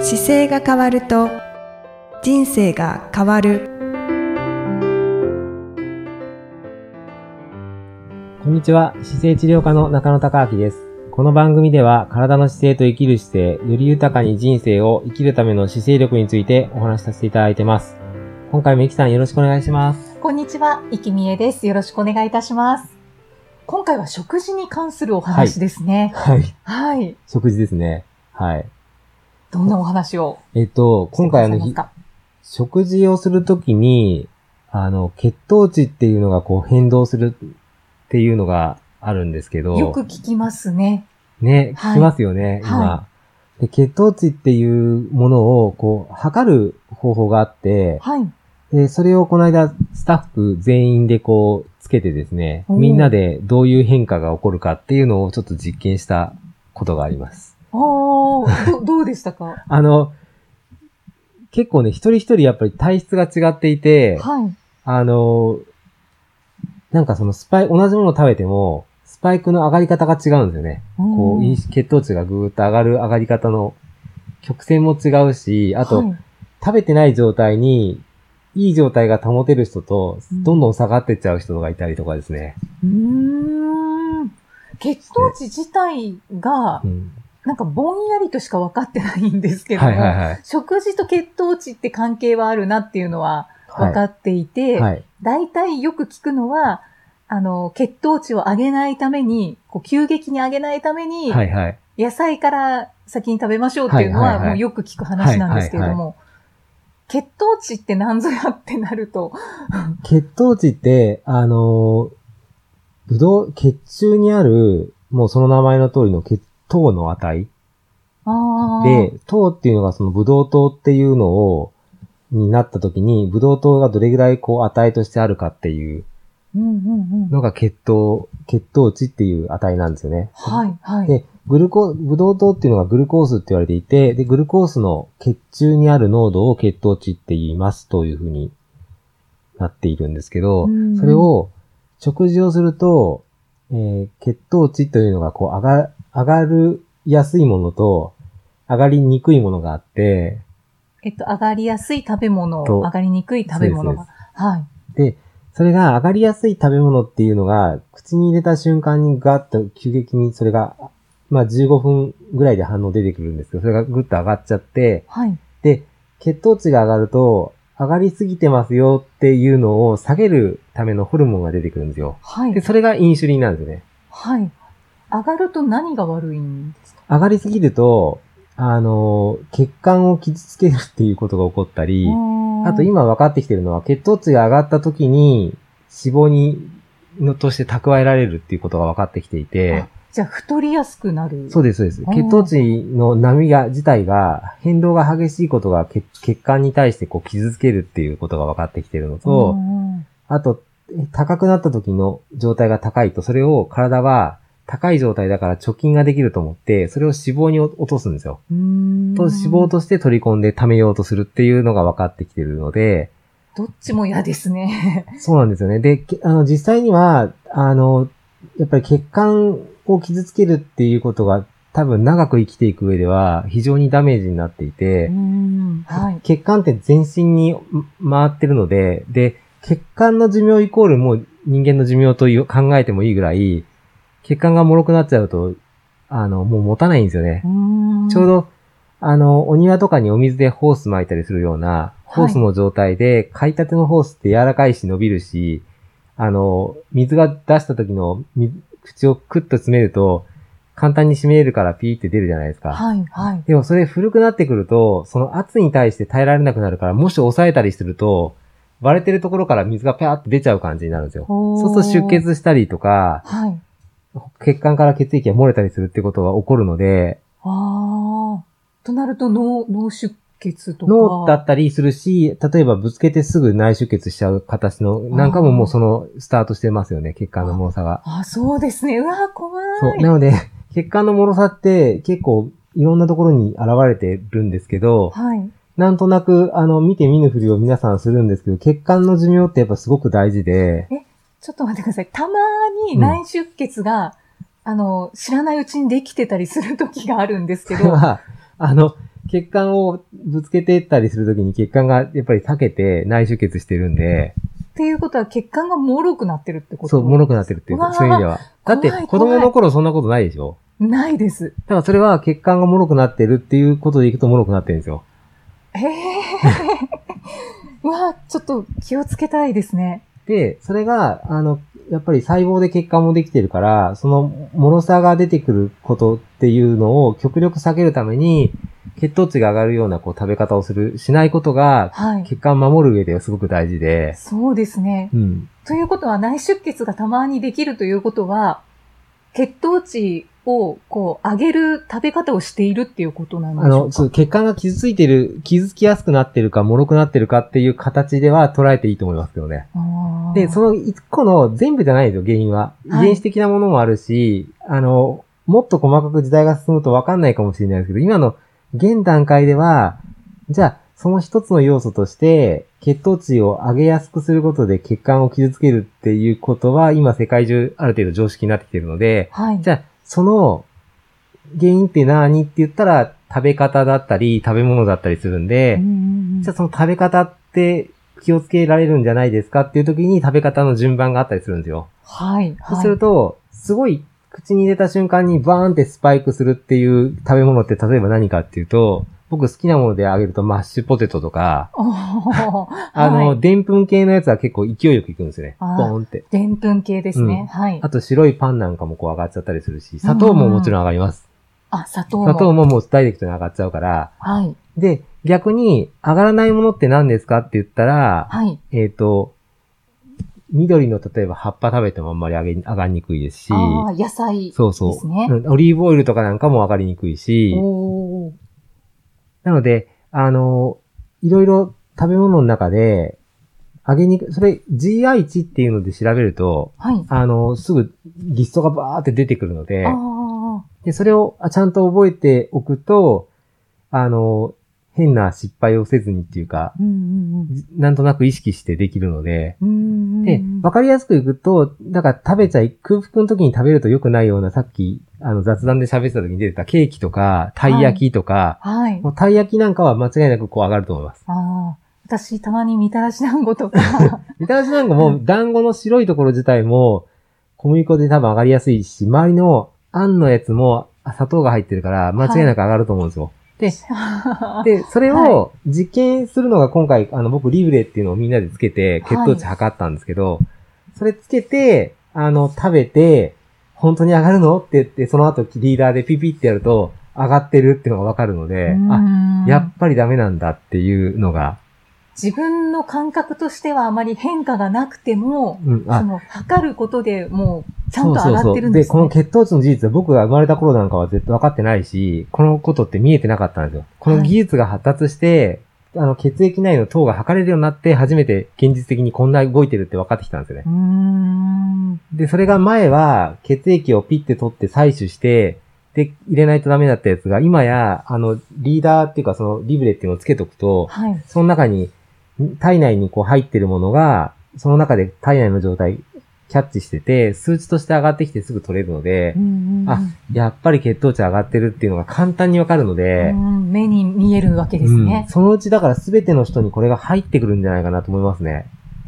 姿勢が変わると人生が変わるこんにちは。姿勢治療科の中野隆明です。この番組では、体の姿勢と生きる姿勢、より豊かに人生を生きるための姿勢力についてお話しさせていただいてます。今回もゆきさんよろしくお願いします。こんにちは、いきみえです。よろしくお願いいたします。今回は食事に関するお話ですね。はい。はい。食事ですね。はい。どんなお話をえっと、今回あの、ひか食事をするときに、あの、血糖値っていうのがこう変動するっていうのがあるんですけど。よく聞きますね。ね、はい聞きますよね、今は、で。血糖値っていうものを、こう、測る方法があって、はい。で、それをこの間、スタッフ全員でこう、つけてですね、おーみんなでどういう変化が起こるかっていうのをちょっと実験したことがあります。おー、どどうで したかはあの、結構ね、一人一人やっぱり体質が違っていて、い。あの、なんかそのスパイ、同じものを食べても、スパイクの上がり方が違うんですよね。こう、ん飲酒血糖値がぐーっと上がる上がり方の曲線も違うし、あと、はい食べてない状態に、いい状態が保てる人と、うんどんどん下がってっちゃう人がいたりとかですね。うーん。血糖値自体がう、んなんかぼんやりとしか分かってないんですけども、はいはいはい。食事と血糖値って関係はあるなっていうのはは分いかっていて、はい。大体よく聞くのは、あの、血糖値を上げないために、こう急激に上げないために、はいはい。野菜から先に食べましょうっていうのはいはは、いはいもうよく聞く話なんですけれども、血糖値って何ぞやってなると、血糖値って、あのー、ぶどう、血中にある、もうその名前の通りの血糖の値あーで、糖っていうのがそのブドウ糖っていうのを、になった時に、ブドウ糖がどれぐらいこう値としてあるかっていううんうんうん。のが血糖、血糖値っていう値なんですよね。はい、はい。で、グルコ、ブドウ糖っていうのがグルコースって言われていて、で、グルコースの血中にある濃度を血糖値って言いますというふうになっているんですけどうん、それを食事をすると、えー血糖値というのがこう上が、上がるやすいものと、上がりにくいものがあって、えっと、上がりやすい食べ物、と上がりにくい食べ物そうが。はい。で、それが上がりやすい食べ物っていうのが、口に入れた瞬間にガッと急激にそれが、まあ15分ぐらいで反応出てくるんですけど、それがぐっと上がっちゃって、はい。で、血糖値が上がると、上がりすぎてますよっていうのを下げるためのホルモンが出てくるんですよ。はで、い。それがインシュリンなんですよね。はい。上がると何が悪いんですか上がりすぎると、あの、血管を傷つけるっていうことが起こったり、あと今今分かってきてるのは、血糖値が上がった時に脂肪にのとして蓄えられるっていうことが分かってきていてあ、じゃあ、太りやすくなる。そうです、そうです。あー血糖値の波が、自体が、変動が激しいことが血血管に対してこう傷つけるっていうことが分かってきてるのと、うんうんあと、え高くなった時の状態が高いと、それを体は高い状態だから貯金ができると思って、それを脂肪に落落とすんですよ。うーんと脂肪として取り込んで貯めようとするっていうのが分かってきてるので、どっちも嫌で すね。そうなんですよね。で、けあの、実際には、あの、やっぱり血管を傷つけるっていうことが多分長く生きていく上では非常にダメージになっていて、はい。血管って全身にん回ってるので、で、血管の寿命イコールもう人間の寿命という考えてもいいぐらい、血管が脆くなっちゃうと、あの、もう持たないんですよね。ちょうど、ど、あの、お庭とかにお水でホース巻いたりするような、ホースの状態で、買いたてのホースって柔らかいし伸びるし、あの、水が出した時の水口をクッと詰めると、簡単に閉めるからピーって出るじゃないですか。はい、はい。でもそれ古くなってくると、その圧に対して耐えられなくなるから、もし抑えたりすると、割れてるところから水がパーって出ちゃう感じになるんですよ。そそうすると出。血したりとか、はい。血管から血液が漏れたりするってことが起こるので、ああ。となると、脳、脳出血とか。脳だったりするし、例えばぶつけてすぐ内出血しちゃう形の、なんかももうそのスタートしてますよね、血管の脆さが。あ、そうですね。うわ、怖い。そう。なので、 血管の脆さって結構いろんなところに現れてるんですけど、はい。なんとなく、あの、見て見ぬふりを皆さんするんですけど、血管の寿命ってやっぱすごく大事で、ちょっと待ってください。たまに内出血が、あの、知らないうちにできてたりする時があるんですけそれど、 は、あの、血管をぶつけてったりするときに血管がやっぱり裂けて内出血してるんで、っていうことは血管が脆くなってるってことそう、脆くなってるっていうわか、ーそういう意味では。だって怖い子供の頃そんなことないでしょないです。だからそれは血管が脆くなってるっていうことでいくと脆くなってるんですよ。え えうわ、ちょっと気をつけたいですね。で、それが、あの、やっぱり細胞で血管もできてるから、その脆さが出てくることっていうのを極力避けるために、血糖値が上がるようなこう食べ方をする、しないことが、はい。血管を守る上ではすごく大事で、そうですね。うん。ということは内出血がたまにできるということは、血糖値をこう上げる食べ方をしているっていうことなんであしょうの、かそう、血管が傷ついてる、傷つきやすくなってるか、脆くなってるかっていう形では捉えていいと思いますけどね。あーで、その一個の全部じゃないですよ、原因は。遺はい伝子的なものもあるし、あの、もっと細かく時代が進むと分かんないかもしれないですけど、今の現段階では、じゃあ、その一つの要素として、血糖値を上げやすくすることで血管を傷つけるっていうことは、今世界中ある程度常識になってきてるので、はい。じゃあ、その原因って何って言ったら、食べ方だったり、食べ物だったりするんで、うんうんうんじゃあその食べ方って気をつけられるんじゃないですかっていう時に食べ方の順番があったりするんですよ。はい。そうはいすると、すごい口に入れた瞬間にバーンってスパイクするっていう食べ物って例えば何かっていうと、僕好きなものであげるとマッシュポテトとか、おーあ はいの、でんぷん系のやつは結構勢いよくいくんですよね。ボあーーンって。でんぷん系ですうんね。はいあ。と白いパンなんかもこう上がっちゃったりするし、砂糖ももちろん上がります。あ、砂糖も。砂糖ももうダイレクトに上がっちゃうから。はい。で、逆に上がらないものって何ですかって言ったら、はい。えっ、と、緑の例えば葉っぱ食べてもあんまり上げ、上がりにくいですし、ああー、野菜。そうそですう、ねうんオリーブオイルとかなんかも上がりにくいし、おーなので、あの、いろいろ食べ物の中で、上げにく、それ GI 値っていうので調べると、はい。あの、すぐリストがバーって出てくるのであ、あ、でそれをあちゃんと覚えておくと、あの、変な失敗をせずにっていうか、うんうんじなんとなく意識してできるので、うん。うんうんうでん、わかりやすくいくと、だから食べちゃい、空腹の時に食べると良くないような、さっき、あの、雑談で喋ってた時に出てたケーキとか、たい焼きとか、はいも。うたい焼きなんかは間違いなくこう上がると思います。ああ、私、たまにみたらし団子とか。みたらしなんかも、団子の白いところ自体も、小麦粉で多分上がりやすいし、周りのあんのやつもあ砂糖が入ってるから、間違いなく上がると 思うんですよ。 で、それを実験するのが今回、あの、僕、リブレっていうのをみんなでつけて、血糖値測ったんですけど、それつけて、あの、食べて、本当に上がるのって言って、その後リーダーでピピってやると、上がってるっていうのがわかるので、あ、あやっぱりダメなんだっていうのが、自分の感覚としてはあまり変化がなくても、うん、そあ、の測ることでもうちゃんと上がってるんでですこねの血糖値の事実は僕が生まれた頃なんかは絶対分かってないし、このことって見えてなかったんですよ。この技術が発達して、あの、血液内の糖が測れるようになって、初めて現実的にこんな動いてるって分かってきたんですよねう。ーんで、それが前は、血液をピッて取って採取して、で、入れないとダメだったやつが、今や、あの、リーダーっていうか、その、リブレっていうのをつけとくと、はい。その中に、体内にこう入ってるものが、その中で体内の状態、キャッチしてて、数値として上がってきてすぐ取れるのでう、んうんうんあやっぱり血糖値上がってるっていうのが簡単にわかるのでう、ん目に見えるわけですうんね。そのうちだから全ての人にこれが入ってくるんじゃないかなと思いますね。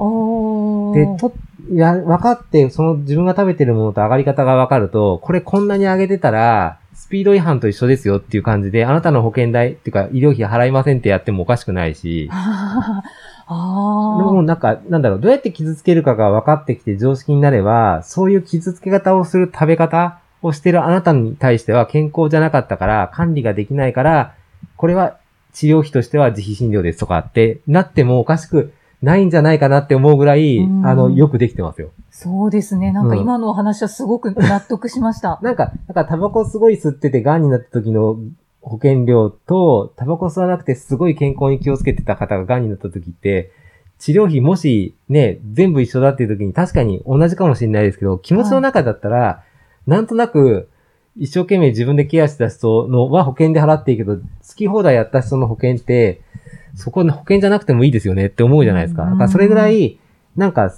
おで ー、と、いや、分かって、その自分が食べてるものと上がり方が分かると、これこんなに上げてたら、スピード違反と一緒ですよっていう感じで、あなたの保険代っていうか医療費払いませんってやってもおかしくないし、あであもー。なんか、なんだろう、どうやって傷つけるかが分かってきて常識になれば、そういう傷つけ方をする食べ方をしてるあなたに対しては健康じゃなかったから、管理ができないから、これは治療費としては自費診療ですとかってなってもおかしくないんじゃないかなって思うぐらい、うんあの、よくできてますよ。そうですね。なんかうん今のお話はすごく納得しました。なんか、だからタバコすごい吸ってて癌になった時の保険料と、タバコ吸わなくてすごい健康に気をつけてた方が癌になった時って、治療費もしね、全部一緒だっていう時に確かに同じかもしれないですけど、気持ちの中だったら、なんとなく、一生懸命自分でケアした人のは保険で払っていいけど、好き放題やった人の保険って、そこの保険じゃなくてもいいですよねって思うじゃないですか。うんだからそれぐらい、なんか、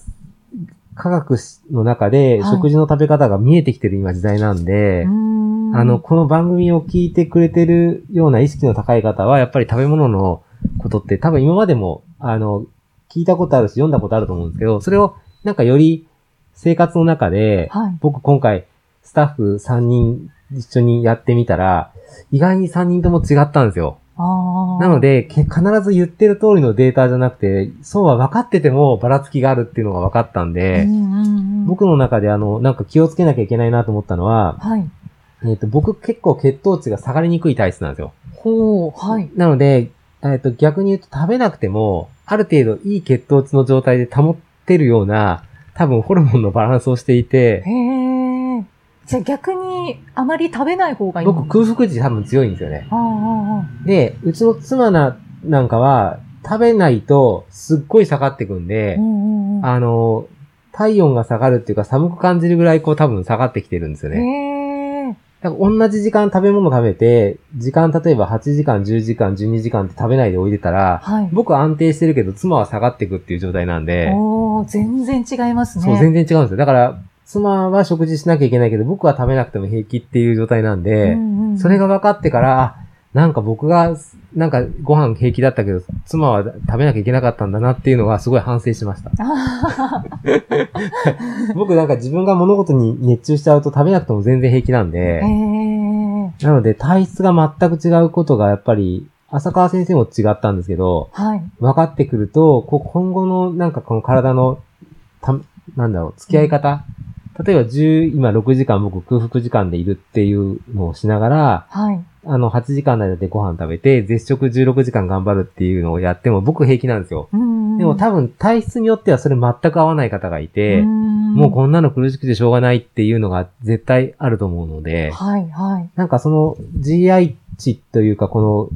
科学の中ではい食事の食べ方が見えてきてる今時代なんで、うーんうんあの、、この番組を聞いてくれてるような意識の高い方は、やっぱり食べ物のことって多分今までも、あの、聞いたことあるし、読んだことあると思うんですけど、それをなんかより生活の中で、はい。僕今回スタッフ3人一緒にやってみたら、意外に3人とも違ったんですよ。ああ。なの、で、け必ず言ってる通りのデータじゃなくて、そうは分かっててもばらつきがあるっていうのが分かったんうんうで、んうん、僕の中であの、なんか気をつけなきゃいけないなと思ったのは、はい。えっ、と、僕結構血糖値が下がりにくい体質なんですよ。ほう、はい。なので、えっ、と、逆に言うと食べなくても、ある程度いい血糖値の状態で保ってるような、多分ホルモンのバランスをしていて、へえ。じゃあ逆に、あまり食べない方がいい僕空腹時多分強いんですよね。ああ、ああで、うちの妻な、なんかは、食べないとすっごい下がってくんあであ、うんうんうん。あの、体温が下がるっていうか寒く感じるぐらいこう多分下がってきてるんですよね。へえ。だから同じ時間食べ物食べて、時間例えば8時間、10時間、12時間って食べないでおいてたら、はい。僕は安定してるけど妻は下がってくっていう状態なんで、おお全然違いますね。そう、全然違うんですよ。だから、妻は食事しなきゃいけないけど、僕は食べなくても平気っていう状態なんで、うんうんそれが分かってから、あなんか僕が、なんかご飯平気だったけど、妻は食べなきゃいけなかったんだなっていうのはすごい反省しました。あ僕なんか自分が物事に熱中しちゃうと食べなくても全然平気なんーでへ、え。なので体質が全く違うことがやっぱり、浅川先生も違ったんですけど、はい。分かってくると、こう今後のなんかこの体の、た、なんだろう、付き合い方、例えば10、今6時間僕空腹時間でいるっていうのをしながら、はい。あの8時間内でご飯食べて、絶食16時間頑張るっていうのをやっても僕平気なんですよ。うんうん、でも多分体質によってはそれ全く合わない方がいて、ももうこんなの苦しくてしょうがないっていうのが絶対あると思うので、はい、はい。なんかその GI 値というかこの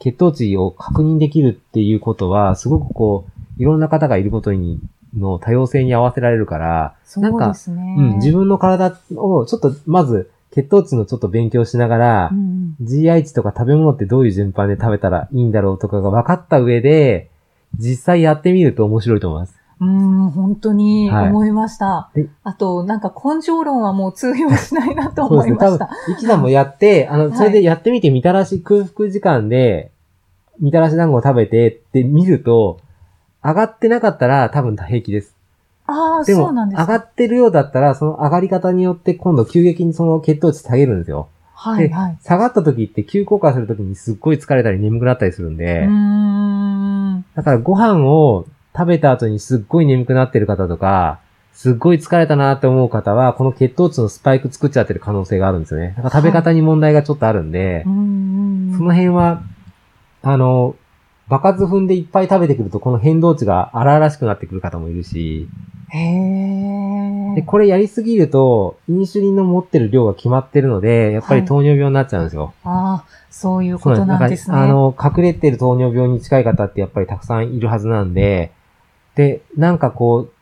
血糖値を確認できるっていうことは、すごくこう、いろんな方がいることに、の多様性に合わせられるから、なんそうかですね。うん、自分の体をちょっと、まず血糖値のちょっと勉強しながら、うん、 GI 値とか食べ物ってどういう順番で食べたらいいんだろうとかが分かった上で、実際やってみると面白いと思います。うん、本当にはい思いました。であと、なんか根性論はもう通用しないなとそう思ですいね。ま多分した。、イキさんもやって、あはの、いそれでやってみてみたらし空腹時間で、みたらし団子を食べてって見ると、上がってなかったら多分平気です。ああ、でそも、うなん上ですかがってるようだったら、その上がり方によって今度急激にその血糖値下げるんですよ。はい、はい。下がった時って急降下する時にすっごい疲れたり眠くなったりするんうで、ーん。だからご飯を食べた後にすっごい眠くなってる方とか、すっごい疲れたなって思う方は、この血糖値のスパイク作っちゃってる可能性があるんですよね。だから食べ方に問題がちょっとあるんでう、んその辺は、あの、爆発踏んでいっぱい食べてくると、この変動値が荒々しくなってくる方もいるし、へで、え。これやりすぎると、インシュリンの持ってる量が決まってるので、やっぱりはい糖尿病になっちゃうんですよ。ああ、そういうことなんですそね。うなんかあの、隠れてる糖尿病に近い方ってやっぱりたくさんいるはずなんで、で、なんかこう、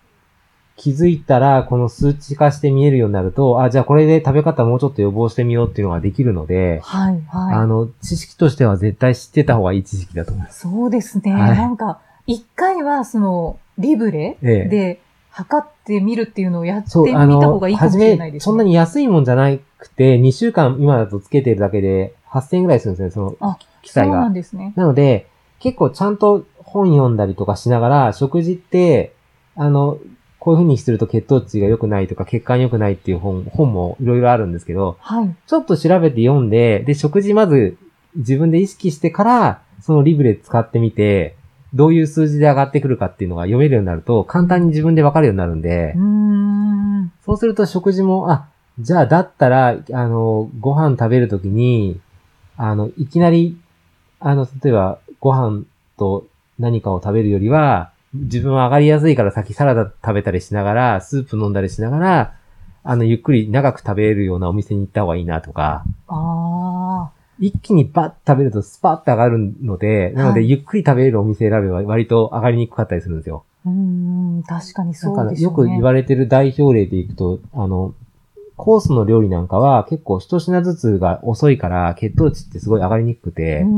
気づいたら、この数値化して見えるようになると、あ、じゃあこれで食べ方もうちょっと予防してみようっていうのができるので、はい、はい。あの、知識としては絶対知ってた方がいい知識だと思います。そうですね。はいなんか、一回はその、リブレええで測ってみるっていうのをやってみそう、あた方のがいい、かも初しれないでめ、す、ね。そんなに安いもんじゃなくて、2週間今だとつけてるだけで8000円ぐらいするんですね、そあの、記載そうながん。ですね。なので、結構ちゃんと本読んだりとかしながら、食事って、あの、こういう風にすると血糖値が良くないとか、血管良くないっていう本、本もいろいろあるんですけど、はい。ちょっと調べて読んで、で、食事まず自分で意識してから、そのリブレ使ってみて、どういう数字で上がってくるかっていうのが読めるようになると、簡単に自分でわかるようになるんでうー、ん。そうすると食事も、あ、じゃあだったら、あの、ご飯食べるときに、あの、いきなり、あの、例えば、ご飯と何かを食べるよりは、自分は上がりやすいから先サラダ食べたりしながら、スープ飲んだりしながら、あの、ゆっくり長く食べれるようなお店に行った方がいいなとか、ああ。一気にバッと食べるとスパッと上がるので、なのはで、いゆっくり食べれるお店選べば割と上がりにくかったりするんですよ。うーん。確かにだそかうらですね。よく言われてる代表例でいくと、あの、コースの料理なんかは結構一品ずつが遅いから血糖値ってすごい上がりにくくてう、んうんう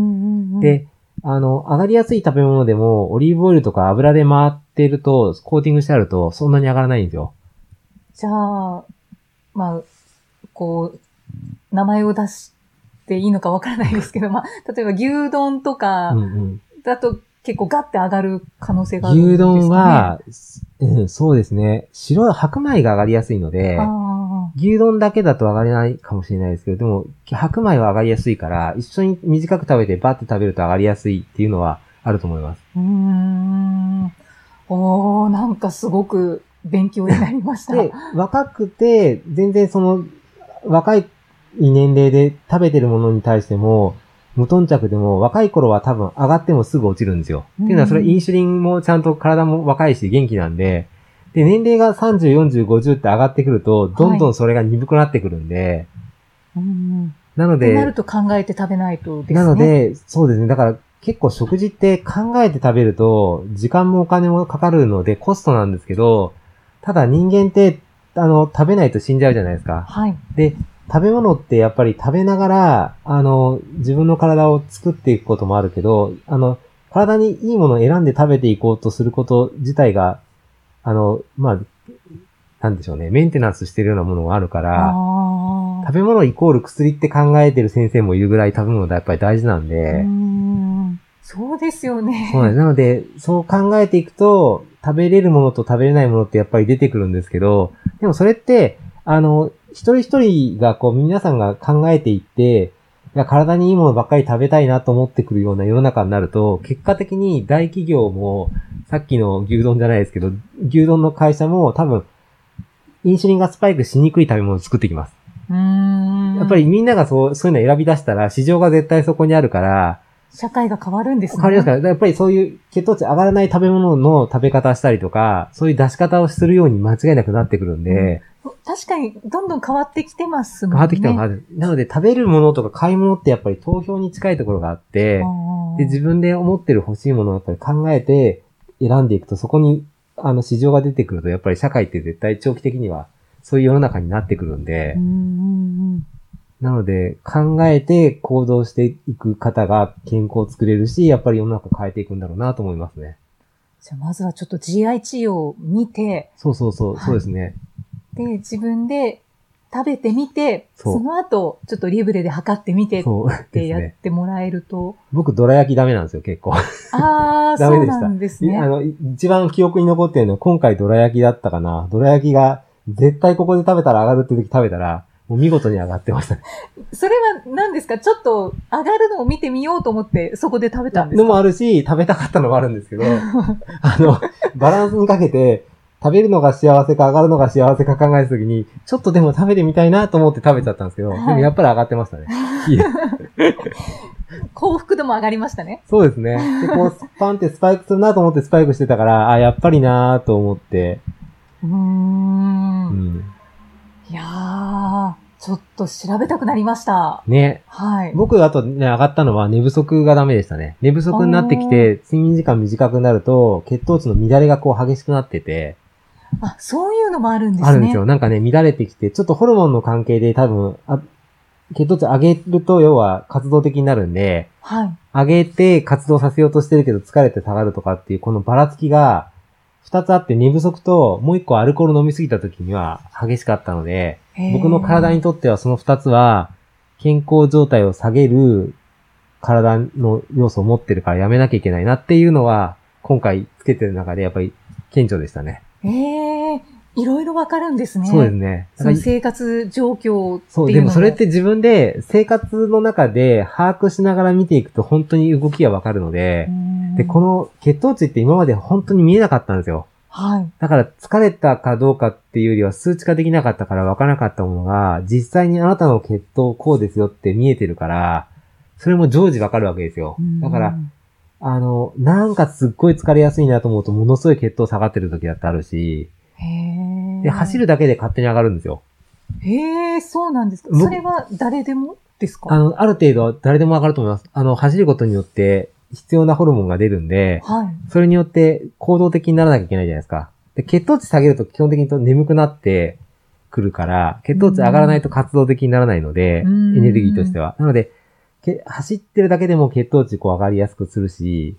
ん、で、あの、上がりやすい食べ物でもオリーブオイルとか油で回ってると、コーティングしてあるとそんなに上がらないんですよ。じゃあ、まあ、こう、名前を出していいのかわからないです けど、まあ、例えば牛丼とうかんうんだと結構ガッて上がる可能性があるんですか、ね。牛丼、は、うん、そうですね。白い白米が上がりやすいので、あ牛丼だけだと上がれないかもしれないですけど、でも、白米は上がりやすいから、一緒に短く食べてバッて食べると上がりやすいっていうのはあると思います。あ、うーん。おー、なんかすごく勉強になりました。で、若くて、全然その、若い年齢で食べてるものに対しても、無頓着でも若い頃は多分上がってもすぐ落ちるんですよ。うんっていうのはそれインシュリンもちゃんと体も若いし元気なんで、で、年齢が30、40、50って上がってくると、どんどんそれが鈍くなってくるんで、うんなのってで、なると考えて食べないとですね。なので、そうですね。だから結構食事って考えて食べると、時間もお金もかかるのでコストなんですけど、ただ人間って、あの、食べないと死んじゃうじゃないですか。はい。で、食べ物ってやっぱり食べながら、あの、自分の体を作っていくこともあるけど、あの、体にいいものを選んで食べていこうとすること自体が、あの、まあ、なんでしょうね。メンテナンスしてるようなものがあるから、ああ。食べ物イコール薬って考えてる先生もいるぐらい食べ物がやっぱり大事なんうーで、んそうですよね。そうなんです。なので、そう考えていくと、食べれるものと食べれないものってやっぱり出てくるんですけど、でもそれって、あの、一人一人がこう皆さんが考えていって、いや体にいいものばっかり食べたいなと思ってくるような世の中になると、結果的に大企業も、さっきの牛丼じゃないですけど、牛丼の会社も多分、インシュリンがスパイクしにくい食べ物を作ってきます。うーんやっぱりみんながそう、そういうのを選び出したら、市場が絶対そこにあるから、社会が変わるんですね。変わりますから、やっぱりそういう血糖値上がらない食べ物の食べ方したりとか、そういう出し方をするように間違いなくなってくるんで、確かに、どんどん変わってきてますもんね。変わってきたのがある。なので食べるものとか買い物ってやっぱり投票に近いところがあって、で、自分で思ってる欲しいものをやっぱり考えて選んでいくと、そこに、あの、市場が出てくると、やっぱり社会って絶対長期的には、そういう世の中になってくるんで、分なので、考えて行動していく方が健康を作れるし、やっぱり世の中変えていくんだろうなと思いますね。じゃあ、まずはちょっと GI 治療を見て、そうそうそう、はいそうですね。で、自分で食べてみて、そうその後、ちょっとリブレで測ってみてっそうですてやっね。てもらえると、僕、どら焼きダメなんですよ、結構。あああ、 ダメそうでしたなんですね。の、い一番記憶に残ってるのは、今回どら焼きだったかな。どら焼きが、絶対ここで食べたら上がるって時食べたら、もう見事に上がってました。それは何ですかちょっと上がるのを見てみようと思って、そこで食べたんですのかもあるし、食べたかったのもあるんです けど、あの、バランスにかけて、食べるのが幸せか上がるのが幸せか考えた時に、ちょっとでも食べてみたいなと思って食べちゃったんですけど、はいでもやっぱり上がってましたね。いいです幸福度も上がりましたね。そうですね。で、こう、スパンってスパイクするなと思ってスパイクしてたから、あ、やっぱりなーと思って、うー。うんん。いやー、ちょっと調べたくなりました。ね、はい。僕、あとね、上がったのは寝不足がダメでしたね。寝不足になってきて、睡眠時間短くなると、血糖値の乱れがこう激しくなってて、あ、そういうのもあるんですね。あるんですよ。なんかね、乱れてきて、ちょっとホルモンの関係で多分、あ血糖値上げると、要は活動的になるんで、はい。上げて活動させようとしてるけど疲れて下がるとかっていう、このばらつきが、二つあって寝不足と、もう一個アルコール飲みすぎた時には激しかったので、へー僕の体に。とってはその二つは、健康状態を下げる体の要素を持ってるからやめなきゃいけないなっていうのは、今回つけてる中でやっぱり顕著でしたね。ええいろいろわかるんですね。そうですね。だそからの生活状況っていうのそう、でもそれって自分で生活の中で把握しながら見ていくと本当に動きがわかるので、で、この、の血糖値って今まで本当に見えなかったんですよ。はい。だから疲れたかどうかっていうよりは数値化できなかったから分からなかったものが、実際にあなたの血糖こうですよって見えてるから、それも常時分かるわけですよ。だかうら、ん、あの、なんかすっごい疲れやすいなと思うと、ものすごい血糖下がってる時だってあるし、へえ。で、走。るだけで勝手に上がるんですよ。へえ、そうなんですか。僕それは誰でもですあかの、ある程度誰でも上がると思います。あの、走ることによって必要なホルモンが出るんで、はい。それによって行動的にならなきゃいけないじゃないですか。で、血糖値下げると基本的にと眠くなってくるから、血糖値上がらないと活動的にならないので、エうんネルギーとしては。なので、け走ってるだけでも血糖値こう上がりやすくするし、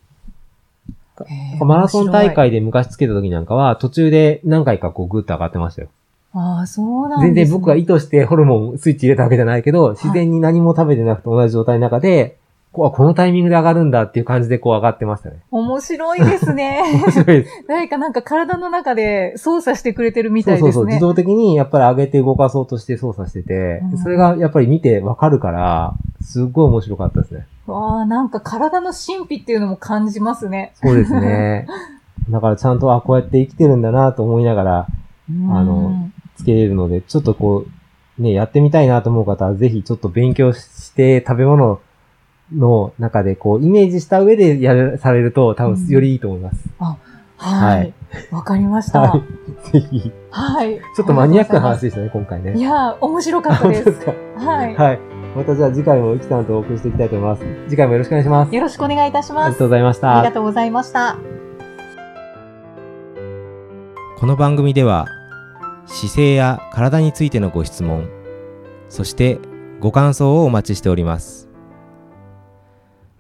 へーマラソン大。面白い会で昔つけた時なんかは途中で何回かこうグッと上がってましたよ。ああ、そうなんです、全然僕が意図してホルモンスイッチ入れたわけじゃないけど、自然に何も食べてなくて同じ状態の中で、こうあこのタイミングで上がるんだっていう感じでこう上がってましたね。面白いですね 面。白いです。誰かなんか体の中で操作してくれてるみたそういそうでそすう。ね。自動的にやっぱり上げて動かそうとして操作しててうん、それがやっぱり見てわかるから、すっごい面白かったですね。わあ、なんか体の神秘っていうのも感じますね。そうです ね。だからちゃんと、あ、こうやって生きてるんだなと思いながらうんあの、つけれるので、ちょっとこう、ね、やってみたいなと思う方は、ぜひちょっと勉強して食べ物の中でこう、イメージした上でやる、されると多うん分よりいいと思います。は。はいわ、かりました。は。はいい。ぜひ。ちょっとマニアックな話でしたね、今回いね。やー、面白かあった本で当ですす。かはい。はい。またじゃあ次回もいきさんとお送りしていきたいと思います。次回もよろしくお願いします。よろしくお願いいたしあまりがとす。うございましありがた。とうございました。この番組では、姿勢や体についてのご質問、そしてご感想をお待ちしております。